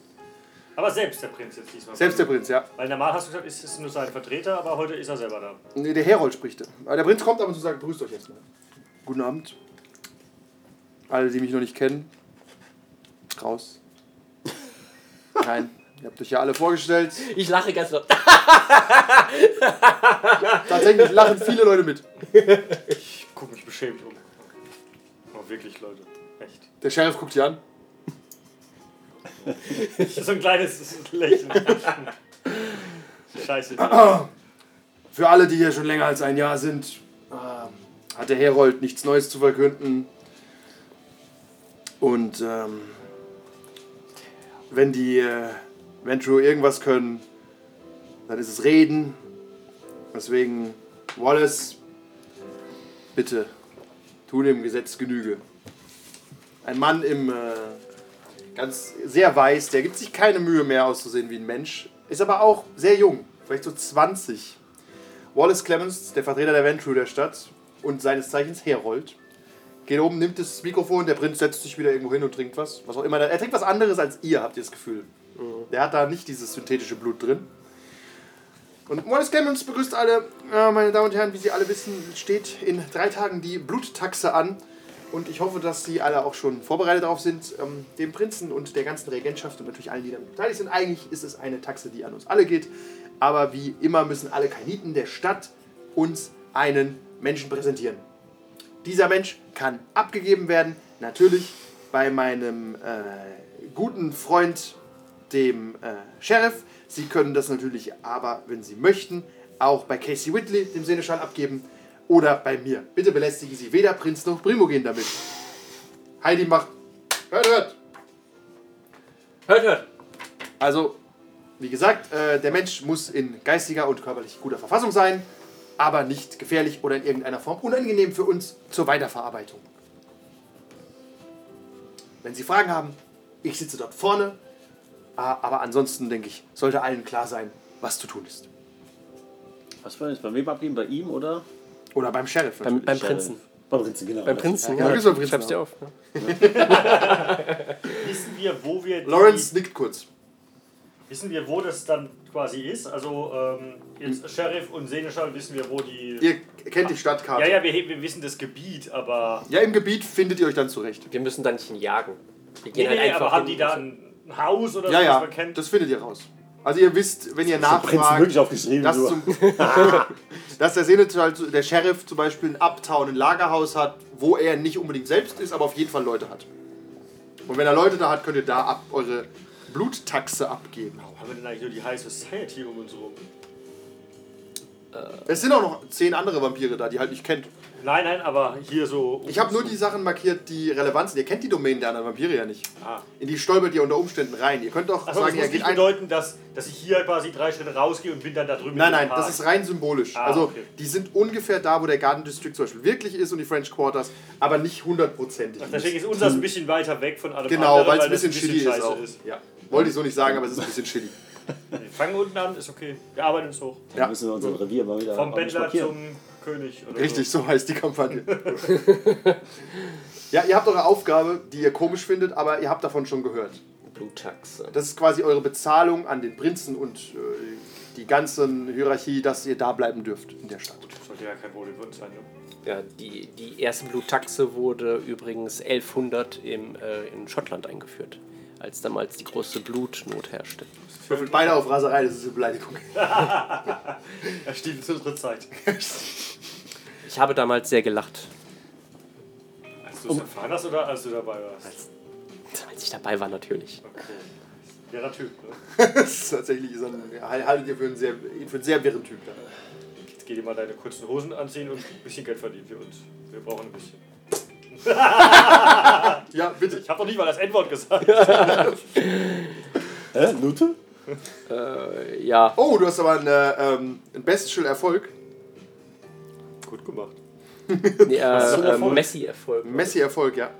Speaker 5: Aber selbst der Prinz jetzt diesmal.
Speaker 2: Selbst der Prinz, ja.
Speaker 5: Weil normal hast du gesagt, es ist nur sein Vertreter, aber heute ist er selber da.
Speaker 2: Nee, der Herold spricht. Aber der Prinz kommt ab und zu und sagt, grüßt euch erstmal. Guten Abend. Alle, die mich noch nicht kennen, raus. Nein, ihr habt euch ja alle vorgestellt.
Speaker 3: Ich lache ganz laut.
Speaker 2: Tatsächlich lachen viele Leute mit.
Speaker 5: Ich guck mich beschämt um. Oh, wirklich, Leute. Echt.
Speaker 2: Der Sheriff guckt hier an.
Speaker 5: So ein kleines Lächeln. Scheiße.
Speaker 2: Für alle, die hier schon länger als ein Jahr sind, ähm, hat der Herold nichts Neues zu verkünden. Und ähm, wenn die äh, Ventru irgendwas können, dann ist es reden. Deswegen, Wallace, bitte, tu dem Gesetz Genüge. Ein Mann im äh, ganz sehr weiß, der gibt sich keine Mühe mehr auszusehen wie ein Mensch, ist aber auch sehr jung, vielleicht so 20. Wallace Clemens, der Vertreter der Venture der Stadt und seines Zeichens Herold, geht oben, nimmt das Mikrofon, der Prinz setzt sich wieder irgendwo hin und trinkt was. Was auch immer. Er trinkt was anderes als ihr, habt ihr das Gefühl. Der hat da nicht dieses synthetische Blut drin. Und Wallace Clemens begrüßt alle, äh, meine Damen und Herren, wie Sie alle wissen, steht in drei Tagen die Bluttaxe an. Und ich hoffe, dass Sie alle auch schon vorbereitet darauf sind, ähm, dem Prinzen und der ganzen Regentschaft und natürlich allen, die damit beteiligt sind. Eigentlich ist es eine Taxe, die an uns alle geht. Aber wie immer müssen alle Kaniten der Stadt uns einen Menschen präsentieren. Dieser Mensch kann abgegeben werden, natürlich bei meinem äh, guten Freund, dem äh, Sheriff. Sie können das natürlich aber, wenn Sie möchten, auch bei Casey Whitley, dem Seneschal, abgeben oder bei mir. Bitte belästigen Sie weder Prinz noch Primogen damit. Heidi macht. Hört, hört!
Speaker 3: Hört, hört.
Speaker 2: Also, wie gesagt, äh, der Mensch muss in geistiger und körperlich guter Verfassung sein, aber nicht gefährlich oder in irgendeiner Form unangenehm für uns zur Weiterverarbeitung. Wenn Sie Fragen haben, ich sitze dort vorne, äh, aber ansonsten denke ich, sollte allen klar sein, was zu tun ist.
Speaker 4: Was wollen wir jetzt beim Web abgeben? Bei ihm oder?
Speaker 2: Oder beim Sheriff.
Speaker 3: Beim,
Speaker 2: natürlich.
Speaker 3: beim
Speaker 4: Sheriff.
Speaker 3: Prinzen.
Speaker 4: Beim Prinzen, genau.
Speaker 3: Beim Prinzen.
Speaker 2: Ja, ist beim Prinzen
Speaker 3: Schreib's dir auf. Ne?
Speaker 5: Wissen wir, wo wir die,
Speaker 2: Lawrence nickt kurz.
Speaker 5: wissen wir, wo das dann quasi ist? Also ähm, jetzt Sheriff und Seneschal wissen wir, wo
Speaker 2: Hm.
Speaker 5: die.
Speaker 2: Ihr kennt die Stadtkarte.
Speaker 5: Ja, ja, wir, wir wissen das Gebiet, aber.
Speaker 2: Ja, im Gebiet findet ihr euch dann zurecht.
Speaker 3: Wir müssen da nicht hin jagen. Wir
Speaker 5: Nee,
Speaker 3: gehen halt
Speaker 5: nee,
Speaker 3: einfach
Speaker 5: aber haben
Speaker 3: hin.
Speaker 5: die da ein Haus oder
Speaker 2: Ja,
Speaker 5: so, was
Speaker 2: ja,
Speaker 5: man kennt?
Speaker 2: das findet ihr raus. Also ihr wisst, wenn ihr
Speaker 4: Zum Prinzen
Speaker 2: nachfragt,
Speaker 4: wirklich aufgeschrieben.
Speaker 2: dass,
Speaker 4: nur.
Speaker 2: zum, dass der Seneschal, der Sheriff zum Beispiel in Uptown ein Lagerhaus hat, wo er nicht unbedingt selbst ist, aber auf jeden Fall Leute hat. Und wenn er Leute da hat, könnt ihr da ab, eure Bluttaxe abgeben.
Speaker 5: Warum haben wir denn eigentlich nur die High Society um uns rum?
Speaker 2: Es sind auch noch zehn andere Vampire da, die ihr halt nicht kennt.
Speaker 5: Nein, nein, aber hier so. um
Speaker 2: Ich habe
Speaker 5: uns
Speaker 2: nur
Speaker 5: rum.
Speaker 2: die Sachen markiert, die relevant sind. Ihr kennt die Domänen der anderen Vampire ja nicht.
Speaker 5: Ah.
Speaker 2: In die stolpert ihr unter Umständen rein. Ihr könnt auch
Speaker 5: Achso, das
Speaker 2: sagen, ihr
Speaker 5: muss
Speaker 2: geht
Speaker 5: nicht
Speaker 2: ein.
Speaker 5: bedeuten, dass, dass ich hier quasi drei Schritte rausgehe und bin dann da drüben.
Speaker 2: Nein,
Speaker 5: in
Speaker 2: nein,
Speaker 5: dem
Speaker 2: das
Speaker 5: Park.
Speaker 2: ist rein symbolisch.
Speaker 5: Ah,
Speaker 2: also
Speaker 5: okay.
Speaker 2: die sind ungefähr da, wo der Garden District zum Beispiel wirklich ist und die French Quarters, aber nicht hundertprozentig.
Speaker 5: Ach, Deswegen ist unseres ein bisschen weiter weg von allem
Speaker 2: Hm. genau, weil
Speaker 5: anderen,
Speaker 2: es ein
Speaker 5: das
Speaker 2: bisschen chilly ist
Speaker 5: scheiße
Speaker 2: auch. Ja. Wollte ich so nicht sagen, aber es ist ein bisschen chilly.
Speaker 5: Wir fangen unten an, ist okay. Wir arbeiten uns hoch.
Speaker 4: Dann müssen wir unser Revier mal wieder
Speaker 5: Vom
Speaker 4: ordentlich
Speaker 5: Bettler
Speaker 4: markieren.
Speaker 5: zum König. Oder
Speaker 2: Richtig, so heißt die Kampagne. ja, ihr habt eure Aufgabe, die ihr komisch findet, aber ihr habt davon schon gehört.
Speaker 3: Bluttaxe.
Speaker 2: Das ist quasi eure Bezahlung an den Prinzen und äh, die ganzen Hierarchie, dass ihr da bleiben dürft in der Stadt.
Speaker 5: So. Sollte ja kein Wohlwürden sein, ne?
Speaker 3: Ja, die, die erste Bluttaxe wurde übrigens 1100 im, äh, in Schottland eingeführt, als damals die große Blutnot herrschte.
Speaker 2: Würfelt beide auf Raserei, das ist eine Beleidigung.
Speaker 5: Er steht in unserer Zeit.
Speaker 3: Ich habe damals sehr gelacht,
Speaker 5: Als du es erfahren hast oder als du dabei warst?
Speaker 3: als ich dabei war natürlich.
Speaker 5: Okay. Wäre Typ, ne?
Speaker 2: Das ist tatsächlich so ein, haltet ihr für einen sehr, für einen sehr wirren Typ da.
Speaker 5: Jetzt geh dir mal deine kurzen Hosen anziehen und ein bisschen Geld verdienen für uns. Wir brauchen ein bisschen.
Speaker 2: Ja, bitte.
Speaker 5: Ich habe doch nicht mal das N-Wort gesagt.
Speaker 4: Hä? Nute?
Speaker 3: Äh, ja,
Speaker 2: Oh, du hast aber einen, äh, ähm, einen Bestschil-Erfolg.
Speaker 5: Gut gemacht.
Speaker 3: nee,
Speaker 5: ist ein
Speaker 3: äh, äh,
Speaker 5: Erfolg?
Speaker 3: Messi-Erfolg.
Speaker 2: Messi-Erfolg, ja.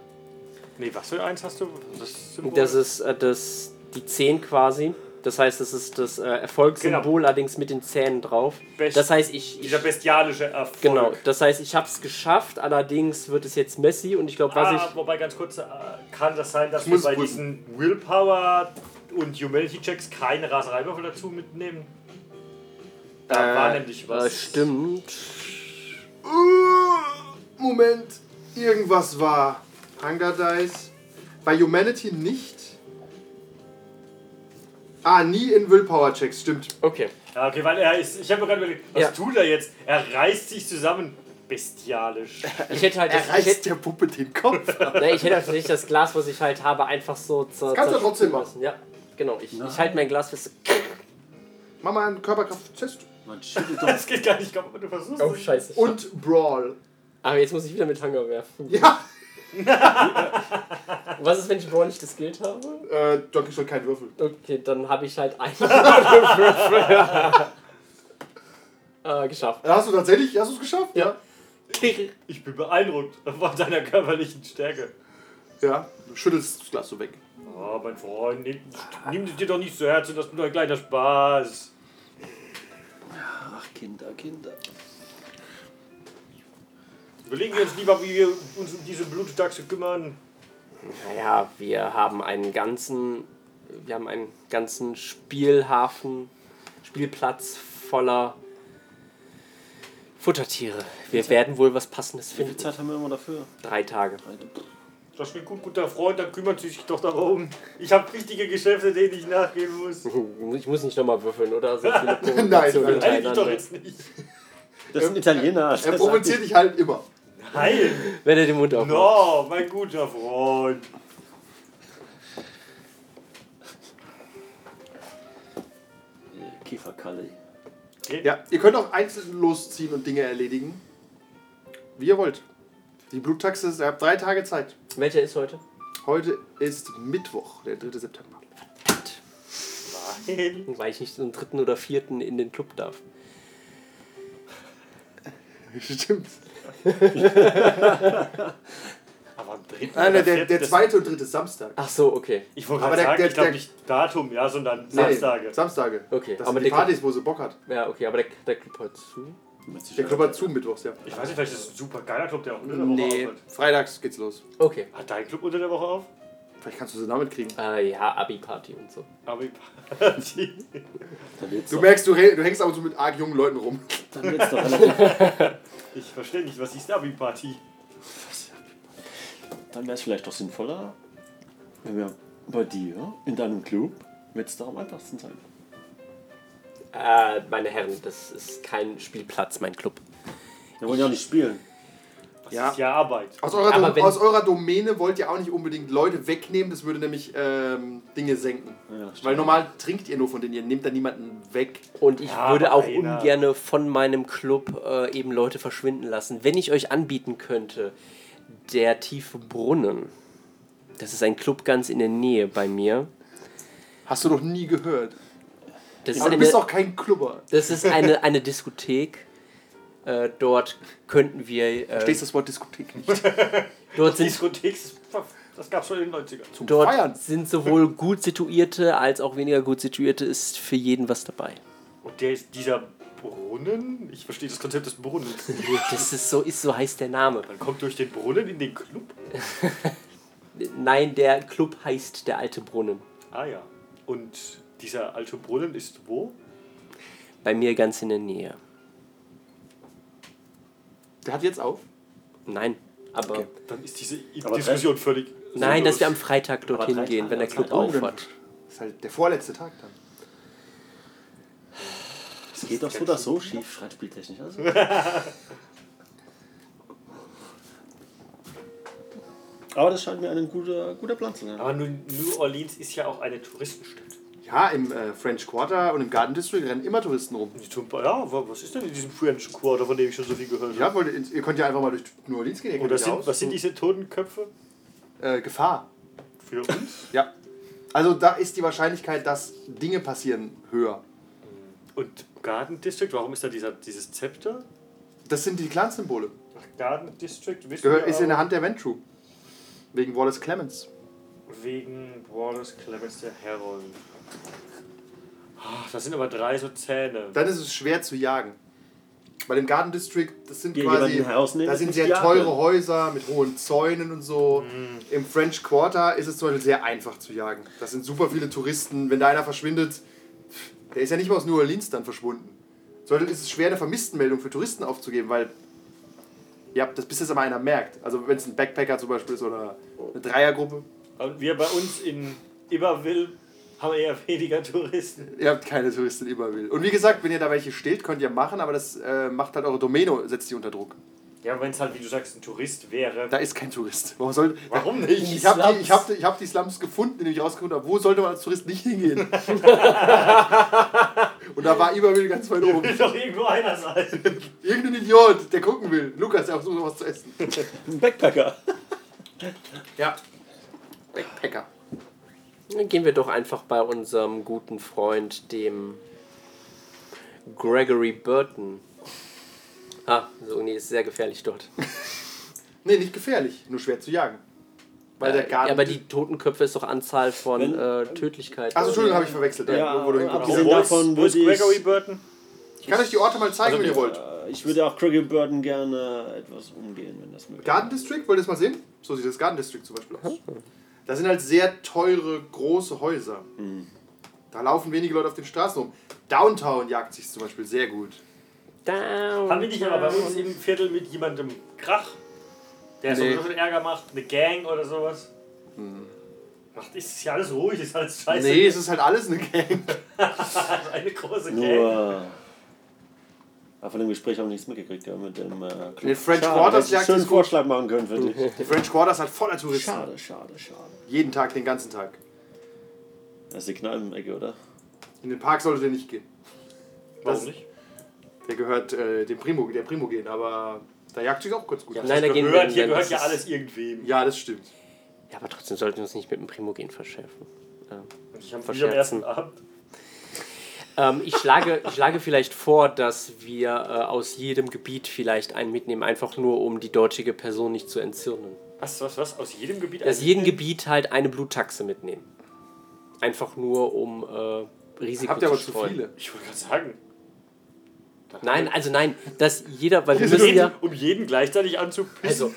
Speaker 5: Nee, was für eins hast du? Das, Symbol?
Speaker 3: Das ist äh, das, die 10 quasi. Das heißt, es ist das äh, Erfolgssymbol, allerdings mit den Zähnen drauf.
Speaker 5: Genau. Best-
Speaker 3: das heißt, ich, ich
Speaker 5: Dieser bestialische Erfolg.
Speaker 3: genau. Das heißt, ich habe es geschafft. Allerdings wird es jetzt Messi und ich glaube, was
Speaker 5: ah,
Speaker 3: ich
Speaker 5: wobei ganz kurz, äh, kann das sein, dass
Speaker 2: Ich
Speaker 5: wir
Speaker 2: muss
Speaker 5: bei
Speaker 2: prüfen.
Speaker 5: diesen Willpower und Humility Checks keine Rasereiwürfel dazu mitnehmen? Da
Speaker 2: Äh,
Speaker 5: war nämlich was.
Speaker 3: äh, stimmt.
Speaker 2: Moment, irgendwas war. Hunger Dice. Bei Humanity nicht. Ah, nie in Willpower Checks, stimmt.
Speaker 3: Okay.
Speaker 5: Ja, okay, weil er ist. Ich habe mir gerade überlegt, was
Speaker 3: Ja.
Speaker 5: tut er jetzt? Er reißt sich zusammen. Bestialisch.
Speaker 3: Ich hätte halt,
Speaker 2: Er
Speaker 3: das, ich
Speaker 2: reißt
Speaker 3: hätte,
Speaker 2: der Puppe den Kopf.
Speaker 3: nee, ich hätte halt nicht das Glas, was ich halt habe, einfach so
Speaker 2: kannst
Speaker 3: zer,
Speaker 2: du
Speaker 3: zerschnitzen
Speaker 2: trotzdem machen.
Speaker 3: lassen. Ja, genau. Ich, ich halte mein Glas fest.
Speaker 2: Mach mal einen Körperkraft-Test.
Speaker 4: Man schüttelt doch.
Speaker 5: Das geht gar nicht, aber du versuchst
Speaker 3: Oh
Speaker 5: es.
Speaker 3: Scheiße.
Speaker 2: Und Brawl.
Speaker 3: Aber jetzt muss ich wieder mit Hunger werfen.
Speaker 2: Ja,
Speaker 3: Was ist, wenn ich Brawl nicht geskillt habe?
Speaker 2: äh, Donkey soll kein Würfel.
Speaker 3: Okay, dann habe ich halt einen äh, geschafft.
Speaker 2: Hast du tatsächlich, hast du es geschafft?
Speaker 3: Ja.
Speaker 5: Ich bin beeindruckt von deiner körperlichen Stärke.
Speaker 2: Ja, du schüttelst das Glas so weg.
Speaker 5: Oh, mein Freund, nimm, nimm es dir doch nicht zu Herzen, das ist nur ein kleiner Spaß.
Speaker 4: Ach, Kinder, Kinder.
Speaker 5: Überlegen wir uns lieber, wie wir uns um diese Blutdachse kümmern.
Speaker 3: Naja, wir haben einen ganzen, wir haben einen ganzen Spielhafen, Spielplatz voller Futtertiere. Wir werden wohl was Passendes
Speaker 4: Wie viel
Speaker 3: finden.
Speaker 4: Zeit haben wir immer dafür?
Speaker 3: Drei Tage.
Speaker 5: Das klingt gut, guter Freund, dann kümmert sie sich doch darum. Ich habe wichtige Geschäfte, denen ich nachgehen muss.
Speaker 3: Ich muss nicht nochmal würfeln, oder? So viele Punkte
Speaker 2: Nein, nein,
Speaker 5: Eigentlich doch
Speaker 3: hintereinander.
Speaker 5: jetzt nicht.
Speaker 4: Das sind Italiener.
Speaker 2: Er provoziert dich halt immer.
Speaker 5: Nein!
Speaker 3: Wenn er den Mund aufmacht.
Speaker 5: No, mein guter Freund.
Speaker 4: Käferkalle.
Speaker 2: Ja, ihr könnt auch einzeln losziehen und Dinge erledigen. Wie ihr wollt. Die Bluttaxe, ist- ihr habt drei Tage Zeit.
Speaker 3: Welcher ist heute?
Speaker 2: Heute ist Mittwoch, der 3. September.
Speaker 5: Nein.
Speaker 3: Weil ich nicht zum dritten oder vierten in den Club darf.
Speaker 2: Stimmt.
Speaker 5: Aber am dritten
Speaker 2: Nein,
Speaker 5: oder
Speaker 2: nein, Äh, ne, der,
Speaker 5: vierten,
Speaker 2: der
Speaker 5: das-
Speaker 2: zweite und dritte ist Samstag.
Speaker 3: Ach so, okay.
Speaker 5: Ich wollte
Speaker 2: Aber
Speaker 5: gerade
Speaker 2: der-
Speaker 5: sagen,
Speaker 2: der-
Speaker 5: ich glaube
Speaker 2: der-
Speaker 5: nicht Datum, ja, sondern
Speaker 2: Nee,
Speaker 5: Samstage.
Speaker 2: Samstage.
Speaker 3: Okay,
Speaker 2: Das sind
Speaker 3: aber
Speaker 2: die
Speaker 3: der Club-
Speaker 2: Partys, wo sie Bock hat.
Speaker 3: Ja, okay, aber der, der Club hört zu.
Speaker 2: Der Club hat zu mittwochs, ja.
Speaker 5: Ich weiß nicht, vielleicht ist es ein super geiler Club, der auch unter der Woche
Speaker 2: Nee,
Speaker 5: aufhört.
Speaker 2: freitags geht's los.
Speaker 3: Okay.
Speaker 5: Hat dein Club unter der Woche auf?
Speaker 2: Vielleicht kannst du sie damit kriegen.
Speaker 3: Äh, ja, Abi-Party und so.
Speaker 5: Aber ich-
Speaker 2: Du merkst, du, re- du hängst aber so mit arg jungen Leuten rum.
Speaker 4: Dann wird's doch relativ.
Speaker 5: ich verstehe nicht, was ist Abi-Party?
Speaker 4: Dann wäre es vielleicht doch sinnvoller, wenn wir bei dir in deinem Club wird's doch am einfachsten sein.
Speaker 3: Äh, meine Herren, das ist kein Spielplatz, mein Club.
Speaker 4: Wir wollen ja auch nicht spielen.
Speaker 5: Das
Speaker 2: Ja.
Speaker 5: ist ja Arbeit.
Speaker 2: Aus eurer,
Speaker 3: Aber
Speaker 2: Dom-
Speaker 3: wenn-
Speaker 2: aus eurer Domäne wollt ihr auch nicht unbedingt Leute wegnehmen, das würde nämlich ähm, Dinge senken.
Speaker 4: Ja, stimmt.
Speaker 2: Weil normal trinkt ihr nur von denen, ihr nehmt da niemanden weg.
Speaker 3: Und ich
Speaker 5: Ja,
Speaker 3: würde
Speaker 5: aber
Speaker 3: auch
Speaker 5: einer-
Speaker 3: ungern von meinem Club äh, eben Leute verschwinden lassen. Wenn ich euch anbieten könnte, der tiefe Brunnen. Das ist ein Club ganz in der Nähe bei mir.
Speaker 2: Hast du noch nie gehört.
Speaker 3: Das ist
Speaker 2: Aber du
Speaker 3: eine,
Speaker 2: bist auch kein Klubber.
Speaker 3: das ist eine, eine Diskothek. Äh, dort könnten wir. Äh,
Speaker 2: Verstehst das Wort Diskothek nicht?
Speaker 3: dort sind
Speaker 5: Diskotheks, das gab's schon in den 90ern.
Speaker 3: Dort
Speaker 2: Feiern.
Speaker 3: sind sowohl gut situierte als auch weniger gut situierte, ist für jeden was dabei.
Speaker 5: Und der ist dieser Brunnen? Ich verstehe das Konzept des Brunnens. nicht.
Speaker 3: Das ist so, ist so heißt der Name.
Speaker 5: Man kommt durch den Brunnen in den Club?
Speaker 3: Nein, der Club heißt der alte Brunnen.
Speaker 5: Ah ja. Und dieser alte Brunnen ist wo?
Speaker 3: Bei mir ganz in der Nähe.
Speaker 2: Der hat jetzt auf.
Speaker 3: Nein, aber
Speaker 2: Okay.
Speaker 5: Dann ist diese
Speaker 4: Aber
Speaker 5: Diskussion völlig.
Speaker 3: nein, dass wir am
Speaker 5: sinnlos.
Speaker 3: Freitag dorthin
Speaker 4: drei
Speaker 3: gehen, wenn der
Speaker 4: Tage,
Speaker 3: Club
Speaker 4: drei
Speaker 3: auf hat.
Speaker 2: Ist halt der vorletzte Tag dann.
Speaker 4: Es geht doch so oder so schief, rein spieltechnisch. Also. Aber das scheint mir ein guter, guter Plan zu sein.
Speaker 5: Aber New, New Orleans ist ja auch eine Touristenstadt.
Speaker 2: Ja, im äh, French Quarter und im Garden District rennen immer Touristen rum.
Speaker 5: Die Tumpa- Ja, wa- was ist denn in diesem French Quarter, von dem ich schon so viel gehört habe?
Speaker 2: Ja, wollt ihr, ihr könnt ja einfach mal durch New Orleans gehen. ihr kennt
Speaker 5: Oder
Speaker 2: euch
Speaker 5: Oh, sind,
Speaker 2: aus.
Speaker 5: was sind diese Totenköpfe
Speaker 2: Äh, Gefahr.
Speaker 5: für uns?
Speaker 2: Ja. Also da ist die Wahrscheinlichkeit, dass Dinge passieren, höher.
Speaker 5: Und Garden District, warum ist da dieser, dieses Zepter?
Speaker 2: Das sind die Clan-Symbole.
Speaker 5: Garden District wissen
Speaker 2: Gehört,
Speaker 5: wir
Speaker 2: ist in der
Speaker 5: auch
Speaker 2: Hand der Ventru. Wegen Wallace Clemens.
Speaker 5: wegen Wallace Clemens der Herold. Ach, das Ah, sind aber drei so Zähne.
Speaker 2: Dann ist es schwer zu jagen. Bei dem Garden District, das sind
Speaker 4: Hier
Speaker 2: quasi.
Speaker 4: jemanden herausnehmen,
Speaker 2: Da
Speaker 4: ist
Speaker 2: sind
Speaker 4: nicht
Speaker 2: sehr
Speaker 4: jagen. Mhm.
Speaker 2: teure Häuser mit hohen Zäunen und so. Im French Quarter ist es zum Beispiel sehr einfach zu jagen. Das sind super viele Touristen. Wenn da einer verschwindet, der ist ja nicht mal aus New Orleans dann verschwunden. Zum Beispiel ist es schwer, eine Vermisstenmeldung für Touristen aufzugeben, weil. Ja, das bis jetzt aber einer merkt. Also wenn es ein Backpacker zum Beispiel ist oder eine Dreiergruppe.
Speaker 5: Und wir bei uns in Iberville haben eher weniger Touristen.
Speaker 2: Ihr habt keine Touristen immer will. Und wie gesagt, wenn ihr da welche steht, könnt ihr machen, aber das äh, macht halt eure Domäne, setzt die unter Druck.
Speaker 5: Ja, wenn es halt, wie du sagst, ein Tourist wäre.
Speaker 2: Da ist kein Tourist. Warum, soll,
Speaker 5: Warum nicht?
Speaker 2: Ich habe
Speaker 3: Slums.
Speaker 2: die, ich hab die, ich hab die Slums gefunden, indem ich rausgefunden habe, wo sollte man als Tourist nicht hingehen. Und da war Iberville ganz weit
Speaker 5: Da
Speaker 2: oben.
Speaker 5: will doch irgendwo einer sein.
Speaker 2: Irgendein Idiot, der gucken will. Lukas, der auch so was zu essen.
Speaker 4: Ein Backpacker.
Speaker 2: Ja. Backpacker.
Speaker 3: Dann gehen wir doch einfach bei unserem guten Freund, dem Gregory Burton. Ah, so, nee, ist sehr gefährlich dort.
Speaker 2: Nee, nicht gefährlich, nur schwer zu jagen. Weil der Garten.
Speaker 3: Äh, ja, aber die Totenköpfe ist doch Anzahl von
Speaker 4: Wenn-
Speaker 3: äh, Tödlichkeiten.
Speaker 2: Achso, Also, Entschuldigung, habe ich verwechselt. äh,
Speaker 4: Ja,
Speaker 2: wo du hinguckst.
Speaker 4: abgesehen davon
Speaker 5: wo ist
Speaker 4: würde ich...
Speaker 5: Gregory Burton?
Speaker 2: ich kann euch die Orte mal zeigen,
Speaker 4: Also,
Speaker 2: wenn ihr wollt.
Speaker 4: äh, Ich würde auch Gregory Burton gerne etwas umgehen, wenn das möglich
Speaker 2: Garden District, wollt ihr das mal sehen? So sieht das Garden District zum Beispiel aus. Da sind halt sehr teure, große Häuser. Da laufen wenige Leute auf den Straßen rum. Downtown jagt sich zum Beispiel sehr gut.
Speaker 3: Down,
Speaker 5: Haben wir nicht aber bei uns im Viertel mit jemandem Krach, der
Speaker 2: Nee.
Speaker 5: so schon Ärger macht, eine Gang oder sowas? Macht ist ja alles ruhig, ist alles scheiße.
Speaker 2: Nee, es ist halt alles eine Gang.
Speaker 5: eine große Gang.
Speaker 4: Nur. Aber von dem Gespräch haben wir nichts mitgekriegt, ja, mit dem äh, Club.
Speaker 2: Den French
Speaker 4: schade,
Speaker 2: Quarters
Speaker 4: hätte ich
Speaker 2: jagt
Speaker 4: schönen
Speaker 2: es gut.
Speaker 4: Vorschlag machen können für dich.
Speaker 2: Die French Quarter ist halt voller Touristen.
Speaker 4: Schade, schade, schade.
Speaker 2: Jeden Tag, den ganzen Tag.
Speaker 4: Das ist die Kneipenecke, oder?
Speaker 2: In den Park solltet ihr nicht gehen.
Speaker 5: Warum
Speaker 2: Das-
Speaker 5: nicht?
Speaker 2: Der gehört äh, dem Primo, der Primo gehen, aber da jagt sich auch kurz gut.
Speaker 5: Ja,
Speaker 2: Ja,
Speaker 3: nein,
Speaker 5: das
Speaker 3: da gehen wir
Speaker 5: gehört,
Speaker 3: hin,
Speaker 5: hier
Speaker 3: denn
Speaker 5: gehört
Speaker 3: das
Speaker 5: ja
Speaker 3: ist-
Speaker 5: alles irgendwem.
Speaker 2: das stimmt.
Speaker 3: Ja, aber trotzdem sollten wir uns nicht mit dem Primogen verschärfen. Ähm,
Speaker 5: Ich habe mich am
Speaker 3: Verscherzen.
Speaker 5: ersten Abend.
Speaker 3: Ähm, ich, schlage, ich schlage vielleicht vor, dass wir äh, aus jedem Gebiet vielleicht einen mitnehmen, einfach nur um die dortige Person nicht zu entzürnen.
Speaker 5: Was, was, was? Aus jedem Gebiet?
Speaker 3: Aus jedem Gebiet halt eine Bluttaxe mitnehmen. Einfach nur um äh, Risiko
Speaker 2: Habt ihr
Speaker 3: zu
Speaker 2: aber zu
Speaker 3: streuen.
Speaker 2: viele.
Speaker 5: Ich wollte gerade sagen.
Speaker 3: Nein, also nein, dass jeder, weil wir
Speaker 5: Um
Speaker 3: müssen
Speaker 5: jeden,
Speaker 3: ja.
Speaker 5: um jeden gleichzeitig anzupissen.
Speaker 3: Also,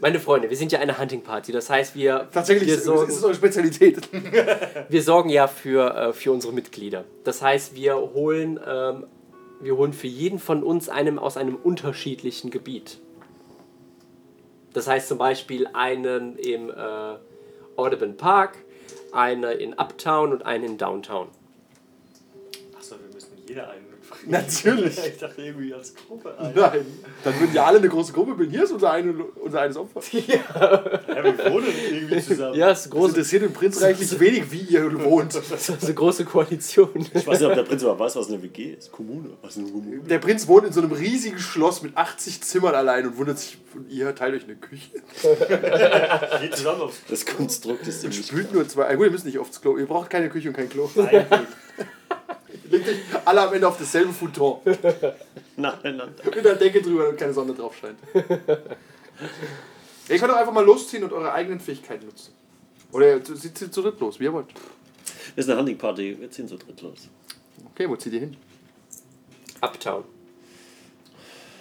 Speaker 3: meine Freunde, wir sind ja eine Hunting Party. Das heißt, wir,
Speaker 2: Tatsächlich
Speaker 3: wir,
Speaker 2: ist, ist
Speaker 3: sorgen,
Speaker 2: es eure Spezialität.
Speaker 3: wir sorgen ja für, äh, für unsere Mitglieder. Das heißt, wir holen, ähm, wir holen für jeden von uns einem aus einem unterschiedlichen Gebiet. Das heißt zum Beispiel einen im äh, Audubon Park, eine in Uptown und einen in Downtown.
Speaker 5: Achso, wir müssen jeder einen mitbringen.
Speaker 2: Natürlich.
Speaker 5: Ich dachte irgendwie als Gruppe ein. Ja,
Speaker 2: Nein. Dann würden ja alle eine große Gruppe bilden. Hier ist unser, eine, unser eines Opfer.
Speaker 5: wir wohnen irgendwie zusammen.
Speaker 3: Ja, ist
Speaker 2: Groß
Speaker 3: große,
Speaker 2: interessiert im Prinz reichlich wenig, wie ihr wohnt.
Speaker 3: das ist eine große Koalition.
Speaker 4: Ich weiß nicht, ob der Prinz überhaupt weiß, was eine WG ist. Kommune. Was ist eine Kommune?
Speaker 2: Der Prinz wohnt in so einem riesigen Schloss mit 80 Zimmern allein und wundert sich, und ihr teilt euch eine Küche.
Speaker 5: Geht zusammen aufs
Speaker 4: Das Konstrukt ist ziemlich.
Speaker 2: Spült nur zwei. Ah, gut, ihr müsst nicht aufs Klo. Ihr braucht keine Küche und kein Klo.
Speaker 5: Einbild.
Speaker 2: Legt euch alle am Ende auf dasselbe Futon.
Speaker 4: Nacheinander.
Speaker 2: Mit der Decke drüber und keine Sonne drauf scheint. Ihr könnt auch einfach mal losziehen und eure eigenen Fähigkeiten nutzen. Oder zieht sie zu dritt los, wie ihr wollt.
Speaker 4: Das ist eine Hunting Party. Wir ziehen zu dritt los.
Speaker 2: Okay, wo zieht ihr hin?
Speaker 3: Uptown.